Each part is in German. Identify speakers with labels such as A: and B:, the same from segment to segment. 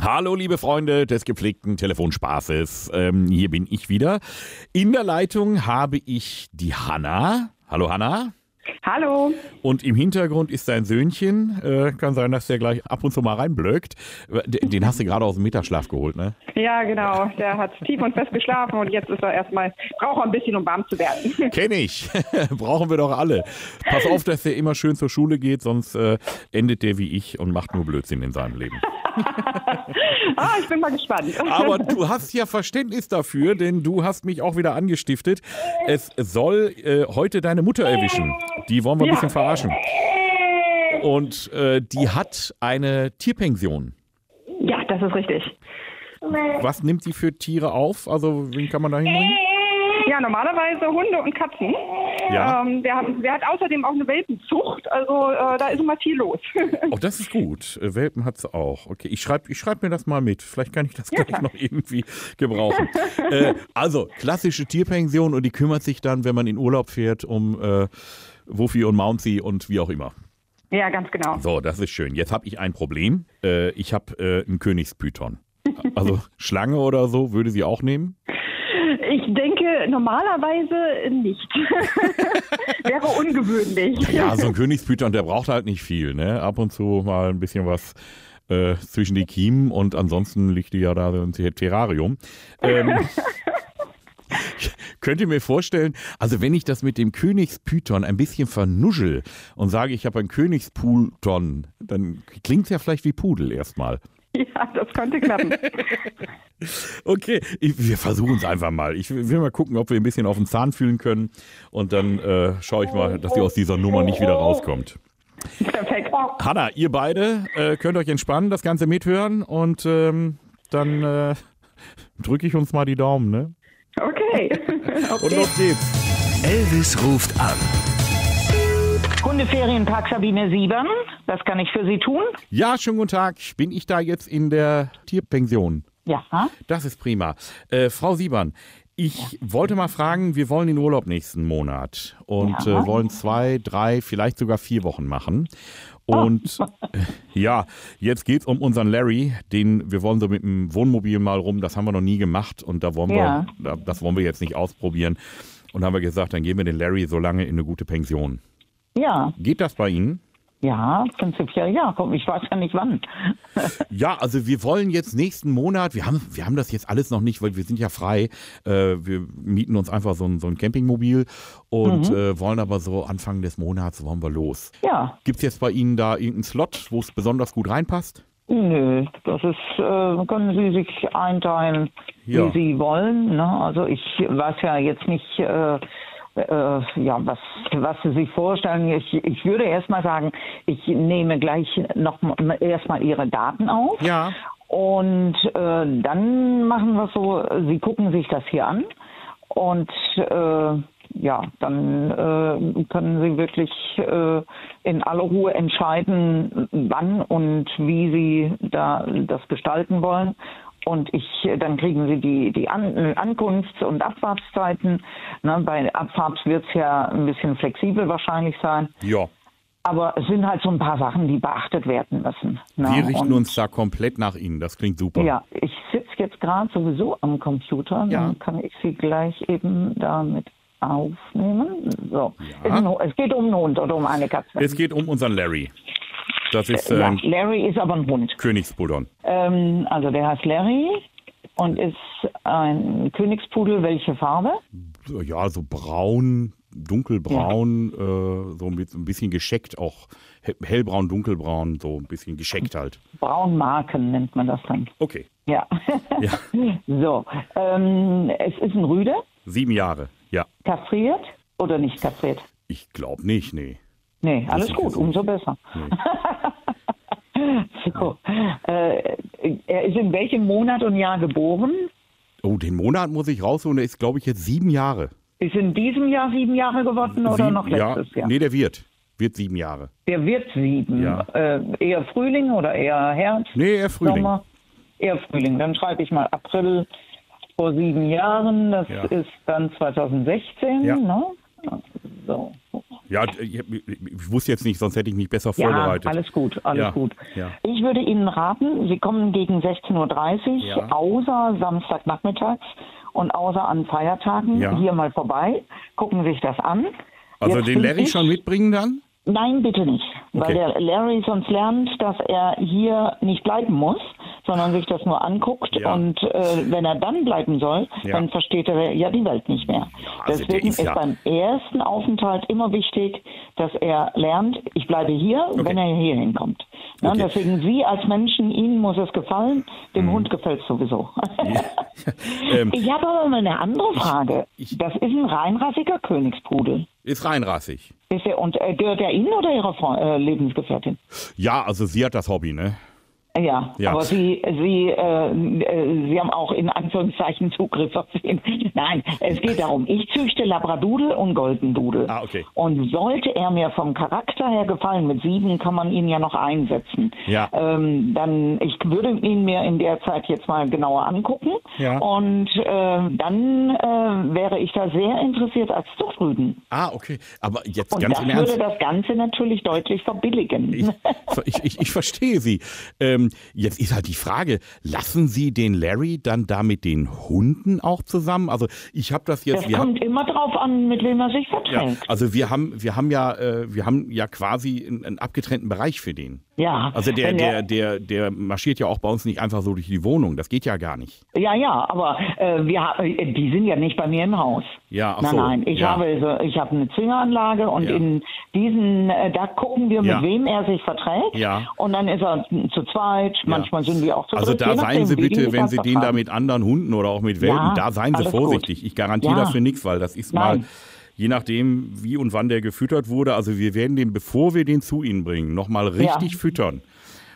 A: Hallo, liebe Freunde des gepflegten Telefonspaßes. Ähm, hier bin ich wieder. In der Leitung habe ich die Hanna. Hallo, Hanna.
B: Hallo.
A: Und im Hintergrund ist sein Söhnchen. Äh, kann sein, dass der gleich ab und zu mal reinblöckt. Den den hast du gerade aus dem Mittagsschlaf geholt, ne?
B: Ja, genau. Der hat tief und fest geschlafen und jetzt ist er erstmal, braucht er ein bisschen, um warm zu werden.
A: Kenn ich. Brauchen wir doch alle. Pass auf, dass der immer schön zur Schule geht, sonst äh, endet der wie ich und macht nur Blödsinn in seinem Leben.
B: ah, ich bin mal gespannt.
A: Aber du hast ja Verständnis dafür, denn du hast mich auch wieder angestiftet. Es soll äh, heute deine Mutter erwischen. Die wollen wir ein
B: Ja.
A: bisschen verarschen. Und äh, die hat eine Tierpension.
B: ja, das ist richtig.
A: Was nimmt die für Tiere auf? Also, wen kann man da hinbringen?
B: Ja, normalerweise Hunde und Katzen.
A: Ja.
B: Ähm, wir, haben, wir hat außerdem auch eine Welpenzucht, also äh, da ist immer viel los.
A: Oh, das ist gut. Äh, Welpen hat sie auch. Okay, ich schreibe ich schreib mir das mal mit. Vielleicht kann ich das gleich noch irgendwie gebrauchen. äh, also, klassische Tierpension und die kümmert sich dann, wenn man in Urlaub fährt, um äh, Wuffi und Mounty und wie auch immer.
B: ja, ganz genau.
A: So, das ist schön. Jetzt habe ich ein Problem. Äh, ich habe äh, einen Königspython. Also Schlange oder so würde sie auch nehmen.
B: Ich denke normalerweise nicht. Wäre ungewöhnlich.
A: Ja, so ein Königspython, der braucht halt nicht viel. Ne? Ab und zu mal ein bisschen was äh, zwischen die Kiemen und ansonsten liegt die ja da im Ter- Terrarium. Ähm, ich könnte mir vorstellen, also wenn ich das mit dem Königspython ein bisschen vernuschel und sage, ich habe einen Königspython, dann klingt es ja vielleicht wie Pudel erstmal.
B: ja, das könnte klappen.
A: Okay, ich, wir versuchen es einfach mal. Ich will mal gucken, ob wir ein bisschen auf den Zahn fühlen können. Und dann äh, schaue ich mal, dass ihr aus dieser Nummer nicht wieder rauskommt.
B: Perfekt.
A: Hanna, ihr beide äh, könnt euch entspannen, das Ganze mithören. Und ähm, dann äh, drücke ich uns mal die Daumen. Ne?
B: Okay.
A: Und los geht's.
C: Elvis ruft an.
D: Hundeferienpark Sabine Siebern. Was kann ich für Sie tun?
A: Ja, schönen guten Tag. Bin ich da jetzt in der Tierpension?
D: Ja.
A: Das ist prima. Äh, Frau Siebern, ich wollte mal fragen, wir wollen in Urlaub nächsten Monat und
D: Ja.
A: äh, wollen zwei, drei, vielleicht sogar vier Wochen machen.
D: Oh.
A: Und äh, ja, jetzt geht's um unseren Larry, den wir wollen so mit dem Wohnmobil mal rum, das haben wir noch nie gemacht und da wollen
D: Ja.
A: wir, da, das wollen wir jetzt nicht ausprobieren. Und da haben wir gesagt, dann geben wir den Larry so lange in eine gute Pension.
D: Ja,
A: Geht das bei Ihnen?
D: ja, prinzipiell ja. Komm, ich weiß ja nicht wann.
A: Ja, also wir wollen jetzt nächsten Monat, wir haben, wir haben das jetzt alles noch nicht, weil wir sind ja frei. Äh, wir mieten uns einfach so ein, so ein Campingmobil und
D: Mhm.
A: äh, wollen aber so Anfang des Monats wollen wir los.
D: Ja,
A: Gibt's jetzt bei Ihnen da irgendeinen Slot, wo es besonders gut reinpasst?
D: nö, das ist, äh, können Sie sich einteilen,
A: Ja.
D: wie Sie wollen. Ne? Also ich weiß ja jetzt nicht, äh, äh, ja, was, was Sie sich vorstellen. Ich, ich würde erstmal sagen, ich nehme gleich noch mal- erstmal Ihre Daten auf.
A: Ja.
D: Und äh, dann machen wir es so, sie gucken sich das hier an und äh, ja, dann äh, können sie wirklich äh, in aller Ruhe entscheiden, wann und wie sie da das gestalten wollen. Und ich, dann kriegen sie die, die An Ankunfts- und Abfahrtszeiten. Ne, bei Abfahrt wird es ja ein bisschen flexibel wahrscheinlich sein.
A: Ja.
D: Aber es sind halt so ein paar Sachen, die beachtet werden müssen. Ne?
A: Wir richten
D: Und-
A: uns da komplett nach Ihnen, das klingt super.
D: ja, ich sitze jetzt gerade sowieso am Computer. Dann
A: Ja.
D: kann ich sie gleich eben damit aufnehmen. So.
A: Ja.
D: Ist ein Hu- Es geht um einen Hund oder um eine Katze.
A: Es geht um unseren Larry. Das ist äh,
D: ja,
A: ein
D: Larry ist aber ein Hund.
A: Königspudon.
D: Ähm, also der heißt Larry und ist ein Königspudel. Welche Farbe?
A: Ja, so braun, dunkelbraun, äh, so mit so ein bisschen gescheckt auch. He- Hellbraun, dunkelbraun, so ein bisschen gescheckt halt.
D: Braunmarken nennt man das dann.
A: Okay.
D: Ja.
A: Ja.
D: so. Ähm, es ist ein Rüde,
A: Sieben Jahre, ja.
D: kastriert oder nicht kastriert?
A: Ich glaube nicht, nee.
D: Nee, alles
A: ich
D: gut,
A: jetzt
D: umso besser. so. äh, er ist in welchem Monat und Jahr geboren?
A: Oh, den Monat muss ich rausholen, der ist, glaube ich, jetzt sieben Jahre.
D: Ist in diesem Jahr sieben Jahre geworden oder
A: sieben,
D: noch letztes
A: ja,
D: Jahr?
A: Nee, der wird. Wird sieben Jahre.
D: Der wird sieben.
A: Ja.
D: Äh, eher Frühling oder eher Herbst?
A: Nee, eher Frühling.
D: Sommer? Eher Frühling. Dann schreibe ich mal April vor sieben Jahren. Das
A: Ja.
D: ist dann 2016.
A: Ja.
D: Ne? So.
A: Ja, ich, ich wusste jetzt nicht, sonst hätte ich mich besser vorbereitet.
D: Ja, alles gut, alles
A: Ja,
D: gut.
A: ja.
D: Ich würde Ihnen raten, Sie kommen gegen 16.30 Uhr,
A: Ja.
D: außer Samstagnachmittags und außer an Feiertagen,
A: Ja.
D: hier mal vorbei, gucken sich das an.
A: Also
D: Jetzt
A: den
D: bin
A: Larry
D: ich-
A: schon mitbringen dann?
D: Nein, bitte nicht.
A: Okay.
D: Weil der Larry sonst lernt, dass er hier nicht bleiben muss, sondern sich das nur anguckt.
A: Ja.
D: Und äh, wenn er dann bleiben soll,
A: Ja.
D: dann versteht er ja die Welt nicht mehr.
A: also der
D: Deswegen
A: ist
D: ist,
A: ja-
D: beim ersten Aufenthalt immer wichtig, dass er lernt, ich bleibe hier, wenn er hier hinkommt. Ne,
A: Okay. Mhm.
D: Deswegen Sie als Menschen, Ihnen muss es gefallen, dem Hund gefällt es sowieso.
A: ähm,
D: ich habe aber mal eine andere Frage.
A: ich-
D: das ist ein reinrassiger Königspudel.
A: ist reinrassig.
D: Ist er, und äh, gehört er Ihnen oder Ihrer Fre äh, Lebensgefährtin? Äh,
A: Ja, also sie hat das Hobby, ne?
D: Ja,
A: Ja.
D: aber Sie, Sie, äh, äh, Sie haben auch in Anführungszeichen Zugriff auf ihn. Nein, es geht darum, ich züchte Labradudel und Goldendudel.
A: Ah, okay.
D: Und sollte er mir vom Charakter her gefallen, mit sieben kann man ihn ja noch einsetzen.
A: Ja.
D: Ähm, dann, ich würde ihn mir in der Zeit jetzt mal genauer angucken.
A: Ja.
D: Und äh, dann äh, wäre ich da sehr interessiert als Zuchtrüden.
A: Ah, okay. Aber jetzt
D: Und
A: ganz
D: das
A: im Ernst.
D: Oh, würde das Ganze natürlich deutlich verbilligen.
A: Ich, ich, ich, ich verstehe Sie. Ähm, jetzt ist halt die Frage, lassen Sie den Larry dann da mit den Hunden auch zusammen? Also ich habe das jetzt,
D: Das
A: wir haben,
D: kommt immer drauf an, mit wem er sich
A: ja,
D: verträgt.
A: also wir haben, wir haben ja, äh, wir haben ja quasi einen, einen abgetrennten Bereich für den.
D: Ja.
A: Also der,
D: Wenn
A: der, der, der marschiert ja auch bei uns nicht einfach so durch die Wohnung. Das geht ja gar nicht.
D: Ja, ja, aber äh, wir, ha- äh, die sind ja nicht bei mir im Haus.
A: Ja, ach
D: nein,
A: so,
D: nein. Ich
A: ja.
D: habe so, ich habe eine Zwingeranlage und
A: Ja.
D: in diesen, äh, da gucken wir,
A: Ja.
D: mit wem er sich verträgt.
A: Ja.
D: Und dann ist er zu zweit. Manchmal sind wir auch zu
A: Also
D: dritt,
A: da
D: je nachdem,
A: seien Sie
D: wie die
A: bitte,
D: sich
A: wenn
D: das
A: Sie den da
D: vertragen.
A: mit anderen Hunden oder auch mit Welpen,
D: Ja,
A: da seien Sie
D: alles gut.
A: vorsichtig. Ich garantiere
D: Ja.
A: dafür nichts, weil das ist mal,
D: Nein.
A: je nachdem, wie und wann der gefüttert wurde. Also wir werden den, bevor wir den zu Ihnen bringen, nochmal richtig füttern.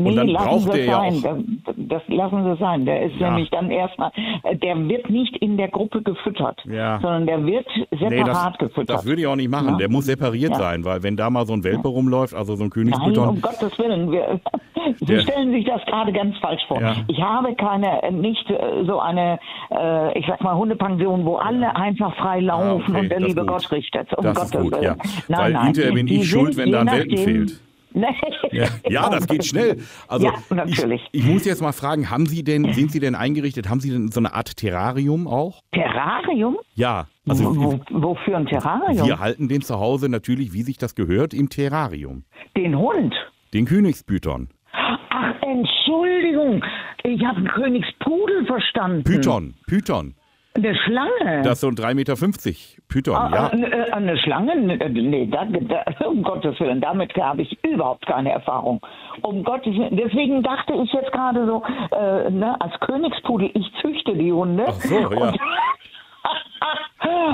D: Nee,
A: und dann
D: lassen
A: braucht er
D: Sie es
A: ja
D: sein.
A: auch.
D: Das, das lassen Sie sein. Der ist
A: Ja.
D: nämlich dann erstmal, äh, der wird nicht in der Gruppe gefüttert,
A: Ja.
D: sondern der wird
A: Nee,
D: separat
A: das,
D: gefüttert.
A: das würde ich auch nicht machen.
D: Ja.
A: Der muss separiert
D: Ja.
A: sein, weil wenn da mal so ein Welpe rumläuft, also so ein
D: Nein, um
A: Königsbüton,
D: Gottes Willen. Wir,
A: Der-
D: Sie stellen sich das gerade ganz falsch vor.
A: Ja.
D: Ich habe keine, äh, nicht äh, so eine, äh, ich sag mal, Hundepension, wo alle einfach frei laufen
A: Ah, okay,
D: und der
A: das
D: liebe
A: gut.
D: Gott richtet. Um
A: Das ist
D: Gottes
A: gut,
D: Willen.
A: ja.
D: Nein,
A: Weil
D: nein.
A: hinterher bin ich
D: Die
A: schuld,
D: sind
A: wenn da
D: je
A: ein Welpen
D: nachdem-
A: fehlt.
D: Nee.
A: Ja, ja, das geht schnell. Also
D: ja, natürlich.
A: Ich, ich muss jetzt mal fragen, haben Sie denn, sind Sie denn eingerichtet, haben Sie denn so eine Art Terrarium auch?
D: Terrarium?
A: Ja. Also
D: Wo- Wofür ein Terrarium?
A: Wir halten den zu Hause natürlich, wie sich das gehört, im Terrarium.
D: Den Hund.
A: Den Königsbüton.
D: Ach, Entschuldigung. Ich habe einen Königspudel verstanden.
A: Python, Python.
D: Eine Schlange.
A: Das ist so ein 3,50 Meter. Python,
D: Ah,
A: ja.
D: Eine, äh, eine Schlange? Nee, da, da, um Gottes Willen, damit habe ich überhaupt keine Erfahrung. Um Gottes Willen. Deswegen dachte ich jetzt gerade so, äh, ne, als Königspudel, ich züchte die Hunde.
A: Ach so, ja.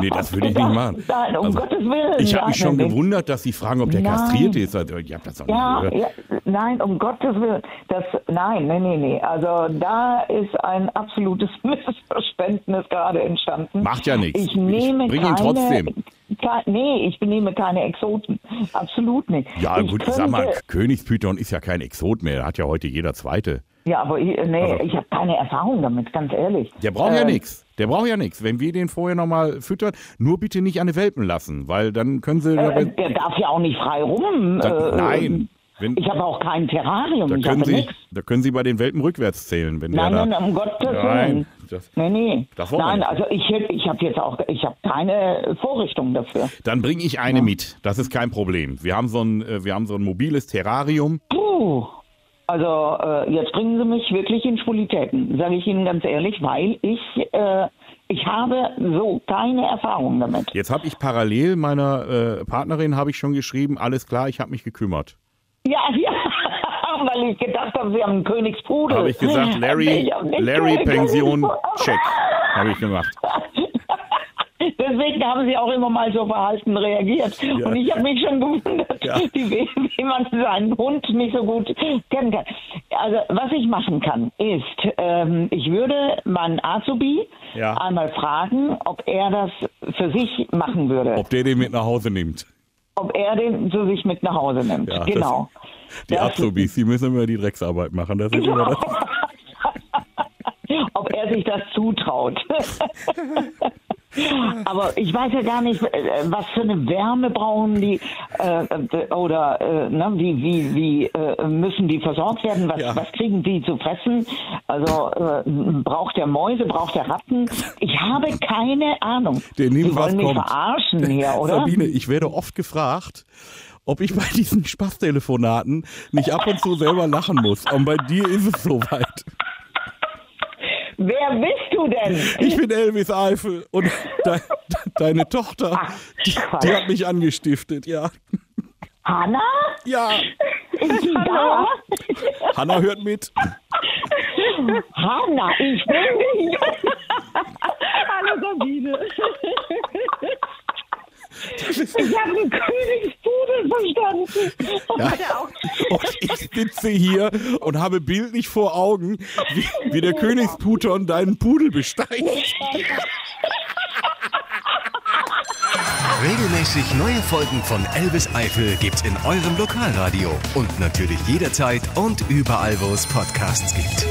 A: Nee, das würde ich nicht machen.
D: Nein, um
A: Also,
D: Gottes Willen.
A: Ich habe
D: nein,
A: mich schon
D: nein,
A: gewundert, dass Sie fragen, ob der
D: Nein.
A: kastriert ist. Also, ich habe das auch
D: Ja,
A: nicht
D: ja,
A: gehört.
D: nein, um Gottes Willen. Das, nein, nee, nee, nee. Also da ist ein absolutes Missverständnis gerade entstanden.
A: Macht ja nichts.
D: Ich
A: Ich
D: nehme
A: bring ihn
D: keine,
A: trotzdem.
D: Ke nee, ich nehme keine Exoten. Absolut nicht.
A: Ja,
D: ich
A: gut,
D: könnte,
A: sag mal, Königspython ist ja kein Exot mehr. Da hat ja heute jeder Zweite.
D: Ja, aber ich, nee,
A: Also-
D: ich habe keine Erfahrung damit, ganz ehrlich.
A: Der braucht ja
D: Äh,
A: nichts. Der braucht ja nichts. Wenn wir den vorher nochmal füttern, nur bitte nicht an den Welpen lassen, weil dann können Sie.
D: Äh, der darf ja auch nicht frei rum.
A: Da-
D: äh,
A: nein. Wenn-
D: ich habe auch kein Terrarium.
A: da,
D: ich
A: können
D: habe
A: Sie,
D: nichts.
A: da können Sie bei den Welpen rückwärts zählen, wenn
D: Nein,
A: der da.
D: nein, um Gottes
A: Nein,
D: Willen.
A: das-
D: nee, nee.
A: Das wollen wir
D: nein,
A: nicht.
D: also ich, hätt- ich habe jetzt auch, ich habe keine Vorrichtung dafür.
A: Dann bringe ich eine mit. Das ist kein Problem. Wir haben so ein, äh, wir haben so ein mobiles Terrarium.
D: Puh. Also äh, jetzt bringen Sie mich wirklich in Schwulitäten, sage ich Ihnen ganz ehrlich, weil ich, äh, ich habe so keine Erfahrung damit.
A: Jetzt habe ich parallel meiner äh, Partnerin habe ich schon geschrieben, alles klar, ich habe mich gekümmert.
D: Ja, ja. Weil ich gedacht habe, Sie haben einen Königspudel.
A: Habe ich gesagt, Larry,
D: Ich hab nicht
A: Larry
D: König-
A: Pension, check, habe ich gemacht.
D: Deswegen haben sie auch immer mal so verhalten reagiert. Und ich habe mich schon gewundert,
A: Ja.
D: wie, we- wie man seinen Hund nicht so gut kennen kann. Also was ich machen kann, ist, ähm, ich würde meinen Azubi
A: Ja.
D: einmal fragen, ob er das für sich machen würde. Ob,
A: Ob der den mit nach Hause nimmt.
D: er den zu sich mit nach Hause nimmt.
A: Ja, das-
D: genau.
A: Die
D: Das-
A: Azubis, die müssen immer die Drecksarbeit machen. Das ist immer das.
D: ob er sich das zutraut. Aber ich weiß ja gar nicht, äh, was für eine Wärme brauchen die. äh, äh, oder äh, ne, wie, wie, wie äh, müssen die versorgt werden? Was,
A: Ja.
D: was kriegen die zu fressen? Also äh, braucht der Mäuse, braucht der Ratten? Ich habe keine Ahnung.
A: Der nimmt,
D: die
A: was
D: wollen mich
A: kommt.
D: verarschen hier, oder?
A: Sabine, ich werde oft gefragt, ob ich bei diesen Spaßtelefonaten nicht ab und zu selber lachen muss. Und bei dir ist es soweit.
D: Wer bist du denn?
A: Ich bin Elvis Eifel und de de deine Tochter, die, die hat mich angestiftet, ja.
D: Hanna?
A: Ja,
D: Ist sie da?
A: Hanna hört mit.
D: Hanna, ich bin dich.
B: Hallo Sabine. Ich habe einen Königspudel verstanden.
A: Ja. Und ich sitze hier und habe bildlich vor Augen, wie, wie der Königsputon deinen Pudel besteigt.
C: Regelmäßig neue Folgen von Elvis Eifel gibt's in eurem Lokalradio und natürlich jederzeit und überall, wo es Podcasts gibt.